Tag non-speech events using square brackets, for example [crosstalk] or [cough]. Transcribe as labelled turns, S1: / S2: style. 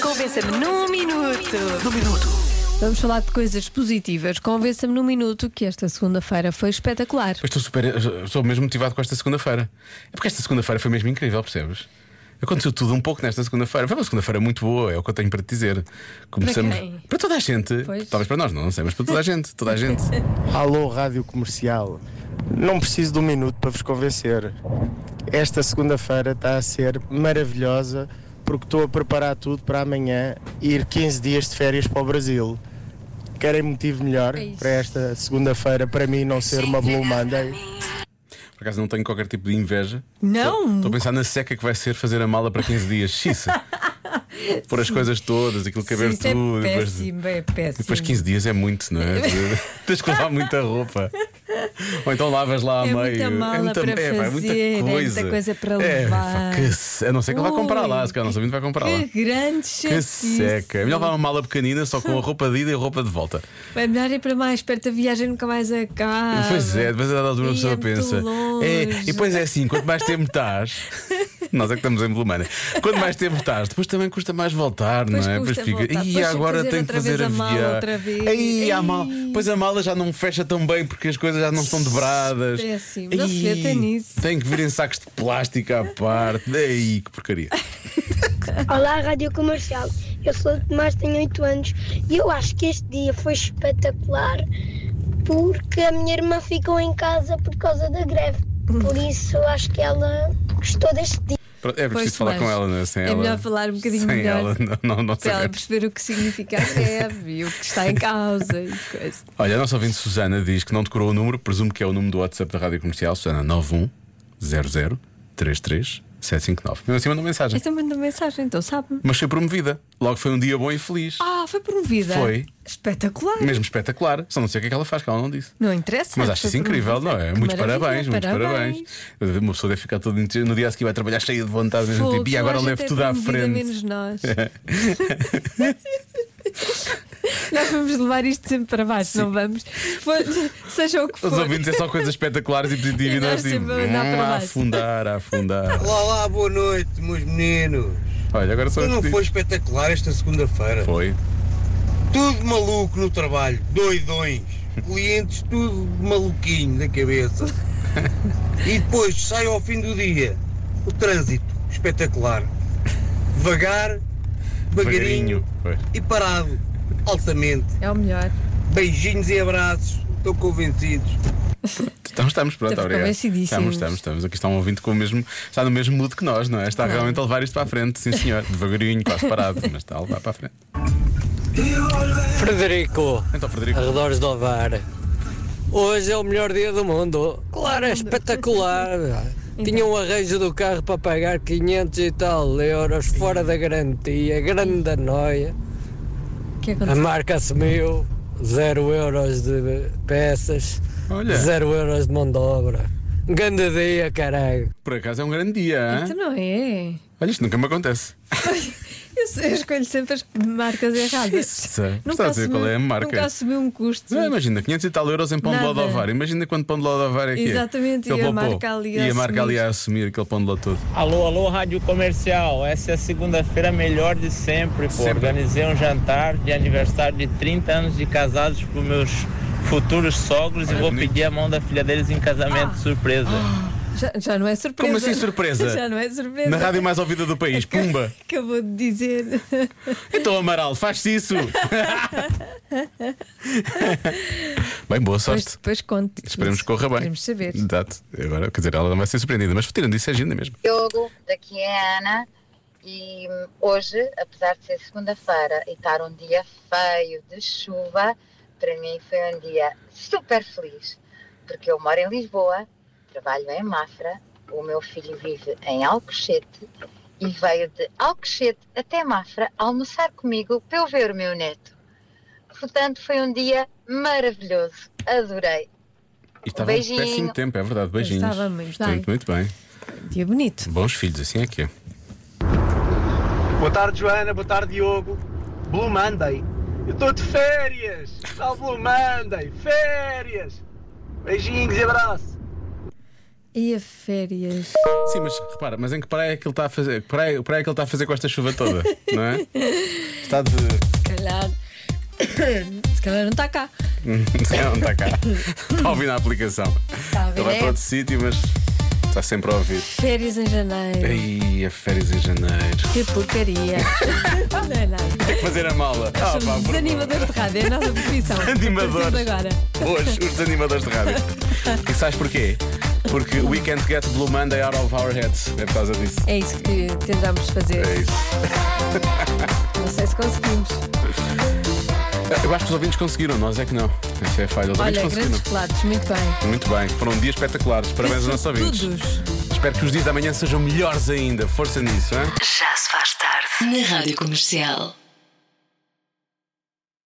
S1: Convença-me num minuto. Vamos falar de coisas positivas. Convença-me num minuto que esta segunda-feira foi espetacular.
S2: Pois estou super. Estou mesmo motivado com esta segunda-feira. É porque esta segunda-feira foi mesmo incrível, percebes? Aconteceu tudo um pouco nesta segunda-feira. Foi uma segunda-feira muito boa, é o que eu tenho para te dizer. Começamos.
S1: quem?
S2: Para toda a gente.
S1: Pois.
S2: Talvez para nós, não, não sei, mas para toda a
S1: [laughs]
S2: gente. Toda a gente.
S3: Alô, Rádio Comercial. Não preciso de um minuto para vos convencer. Esta segunda-feira está a ser maravilhosa porque estou a preparar tudo para amanhã ir 15 dias de férias para o Brasil. Querem motivo melhor
S1: É isso.
S3: para esta segunda-feira para mim não ser uma Blue Monday?
S2: Por acaso não tenho qualquer tipo de inveja.
S1: Não!
S2: Estou a pensar na seca que vai ser fazer a mala para 15 dias.
S1: [laughs]
S2: Xissa. Pôr as coisas todas, aquilo caber
S1: Isso é
S2: tudo. e depois-
S1: péssimo, é péssimo.
S2: Depois 15 dias é muito,
S1: [laughs]
S2: não é? Tens que lavar muita roupa. Ou então lavas lá a
S1: É
S2: meio.
S1: muita mala para
S2: é, vai, muita
S1: fazer, é
S2: coisa.
S1: muita coisa para
S2: É,
S1: levar.
S2: que se- a não ser que ela vá comprar lá,
S1: Ui,
S2: se calhar não sabendo vai comprar lá.
S1: Que grande
S2: Que
S1: chatice.
S2: seca. É melhor levar uma mala pequenina só com a roupa de ida e a roupa de volta.
S1: É melhor ir para mais perto, a viagem nunca mais acaba.
S2: Pois é, depois a dada altura a
S1: Ih, Ah,
S2: pessoa
S1: é muito
S2: pensa. É, e
S1: longe.
S2: depois é assim, quanto mais
S1: [laughs]
S2: tempo estás. Nós é que estamos em Blumana. Quanto mais tempo estás, depois também custa mais voltar,
S1: Depois
S2: não é?
S1: custa voltar.
S2: E
S1: Depois
S2: agora
S1: fazer
S2: tenho que
S1: outra
S2: fazer
S1: vez
S2: a
S1: a mala
S2: viagem.
S1: outra vez.
S2: Aí, a
S1: Ei.
S2: mala. Pois a mala já não fecha tão bem porque as coisas já não estão dobradas.
S1: Péssimo. Não É assim, se vê
S2: Ei,
S1: até nisso.
S2: Tem que vir em sacos de plástico à parte. Ei, que porcaria.
S4: Olá, Rádio Comercial. Eu sou o Tomás, tenho 8 anos e eu acho que este dia foi espetacular porque a minha irmã ficou em casa por causa da greve. Por isso, acho que ela gostou deste dia.
S2: Pronto, É
S1: Pois,
S2: preciso falar com
S1: mas
S2: ela, não é? Sem
S1: é
S2: ela,
S1: melhor falar um bocadinho
S2: sem
S1: melhor.
S2: Ela, não, não, não
S1: Para ela
S2: sabemos.
S1: perceber o que significa
S2: [laughs]
S1: a greve e o que está em causa e coisa.
S2: Olha, a nossa ouvinte Susana diz que não decorou o número, presumo que é o número do WhatsApp da Rádio Comercial, Susana 910033759. Mesmo assim, mandou mensagem.
S1: Então manda mensagem, então sabe-me.
S2: Mas foi promovida. Logo foi um dia bom e feliz.
S1: Ah, foi promovida.
S2: Foi.
S1: Espetacular.
S2: Mesmo espetacular. Só não sei o que é que ela faz, que ela não disse.
S1: Não interessa.
S2: Mas
S1: foi
S2: acho isso incrível, não
S1: promovida.
S2: é?
S1: Que
S2: Muitos
S1: maravilha,
S2: parabéns, muitos parabéns. Uma pessoa deve ficar todo inteiro. No dia a seguir vai trabalhar cheia de vontade, mesmo
S1: Fogo,
S2: tipo, e agora
S1: toda a
S2: levo
S1: gente é
S2: tudo à
S1: promovida,
S2: frente.
S1: menos nós.
S2: [laughs]
S1: nós vamos levar isto sempre para baixo, não vamos? Foi- Seja o que for.
S2: Os ouvintes é só coisas espetaculares e positivas.
S1: E nós
S2: nós, tipo,
S1: sempre a andar
S2: hum,
S1: para
S2: a
S1: baixo.
S2: afundar, a afundar.
S1: [laughs]
S5: Olá, olá, boa noite, meus meninos.
S2: Olha, agora só
S5: Não
S2: os
S5: foi
S2: pedidos.
S5: espetacular esta segunda-feira?
S2: Então, Foi.
S5: Tudo maluco no trabalho, doidões, clientes tudo maluquinho da
S2: [laughs]
S5: cabeça. E depois sai ao fim do dia o trânsito espetacular. Devagar, devagarinho
S2: Devagarinho. Foi.
S5: e parado, altamente.
S1: É o melhor.
S5: Beijinhos e abraços, estou convencidos.
S2: Estamos, Então estamos, pronto,
S1: Estamos
S2: obrigado.
S1: convencidíssimos.
S2: Estamos, estamos, estamos. Aqui está um ouvinte com o mesmo, está no mesmo mood que nós, não é? Está realmente a levar isto para a frente, sim senhor. Devagarinho, quase parado, mas está a levar para a frente.
S6: Frederico,
S2: Então, Frederico,
S6: arredores do Ovar. Hoje é o melhor dia do mundo. Claro, é espetacular. Tinha um arranjo do carro para pagar 500 e tal euros fora da garantia, grande noia.
S1: O que
S6: A
S1: aconteceu?
S6: marca assumiu, 0 euros de peças,
S2: Olha.
S6: 0 euros de mão de obra. Grande dia, caralho.
S2: por acaso é um grande dia,
S1: Então
S2: hein?
S1: não é.
S2: Olha, isto nunca me acontece.
S1: Eu, sei- eu escolho sempre as marcas erradas.
S2: Isso. Está a dizer
S1: assumiu-
S2: qual é a marca.
S1: Nunca assumi um custo.
S2: Não, Ah, imagina, 500 e tal euros em pão de ló de
S1: Nada.
S2: ovar. Imagina quanto pão de ló de ovar é que é.
S1: Exatamente, e
S2: Aquele
S1: a
S2: popô.
S1: marca ali a
S2: E a marca ali
S1: assumir.
S2: a assumir aquele pão de ló todo.
S7: Alô, alô, Rádio Comercial. Essa é a segunda-feira melhor de sempre, pô.
S2: Sempre.
S7: Organizei um jantar de aniversário de 30 anos de casados para meus futuros sogros
S2: Olha,
S7: e vou
S2: bonito. Ah.
S7: pedir a mão da filha deles em casamento surpresa.
S1: Já, já não é surpresa.
S2: Como assim
S1: [laughs]
S2: surpresa?
S1: já não é surpresa.
S2: Na rádio mais ouvida do país, pumba!
S1: Acabou de dizer.
S2: Então, Amaral,
S1: [laughs]
S2: faz isso! Bem, boa
S1: Depois,
S2: sorte.
S1: depois conte.
S2: Esperemos que corra bem.
S1: Queremos saber.
S2: Exato. Agora, quer dizer, ela não vai ser surpreendida, mas tirando isso, é agenda mesmo.
S8: Diogo, daqui é a Ana e hum, hoje, apesar de ser segunda-feira e estar um dia feio de chuva, para mim foi um dia super feliz, porque eu moro em Lisboa, trabalho em Mafra, o meu filho vive em Alcochete e veio de Alcochete até Mafra almoçar comigo para eu ver o meu neto. Portanto, foi um dia maravilhoso, adorei.
S2: E estava um
S8: Beijinho.
S2: péssimo tempo, é verdade. Beijinhos.
S1: Estava muito
S2: Portanto, muito bem.
S1: Dia bonito.
S2: Bons filhos, assim é que é.
S5: Boa tarde, Joana. Boa tarde, Diogo. Blue Monday. Eu estou de férias. Tal Blue Monday. Férias. Beijinhos e abraço.
S1: E a férias?
S2: Sim, mas repara, mas em que praia é que ele está a fazer? Que praia, que praia é que ele está a fazer com esta chuva
S1: [laughs]
S2: toda? não é? Está de. [laughs]
S1: Se calhar. [coughs] Se calhar não está cá.
S2: não está cá. Está a ouvir na aplicação.
S1: Está a ouvir,
S2: Ele vai
S1: é?
S2: para outro sítio, mas está sempre a ouvir.
S1: Férias em janeiro.
S2: Aí, a férias em janeiro.
S1: Que
S2: [laughs]
S1: porcaria. não é nada.
S2: Tem que fazer a mala. Ah, pá,
S1: Somos
S2: por-
S1: desanimadores de rádio, é a nossa profissão.
S2: [laughs] Desanimadores.
S1: A partir de agora.
S2: Hoje, os desanimadores de rádio. E sabes porquê? Porque we can't get Blue Monday out of our heads. É por causa disso.
S1: É isso que tentamos fazer.
S2: É isso.
S1: Não sei se conseguimos.
S2: Eu acho que os ouvintes conseguiram, nós é que não. Essa é a falha. Os
S1: Olha,
S2: ouvintes
S1: grandes
S2: conseguiram.
S1: platos, muito bem.
S2: Muito bem, foram dias espetaculares. Parabéns aos nossos ouvintes.
S1: Todos.
S2: Espero que os dias da manhã sejam melhores ainda. Força nisso, hein?
S9: Já se faz tarde. Na Rádio Comercial.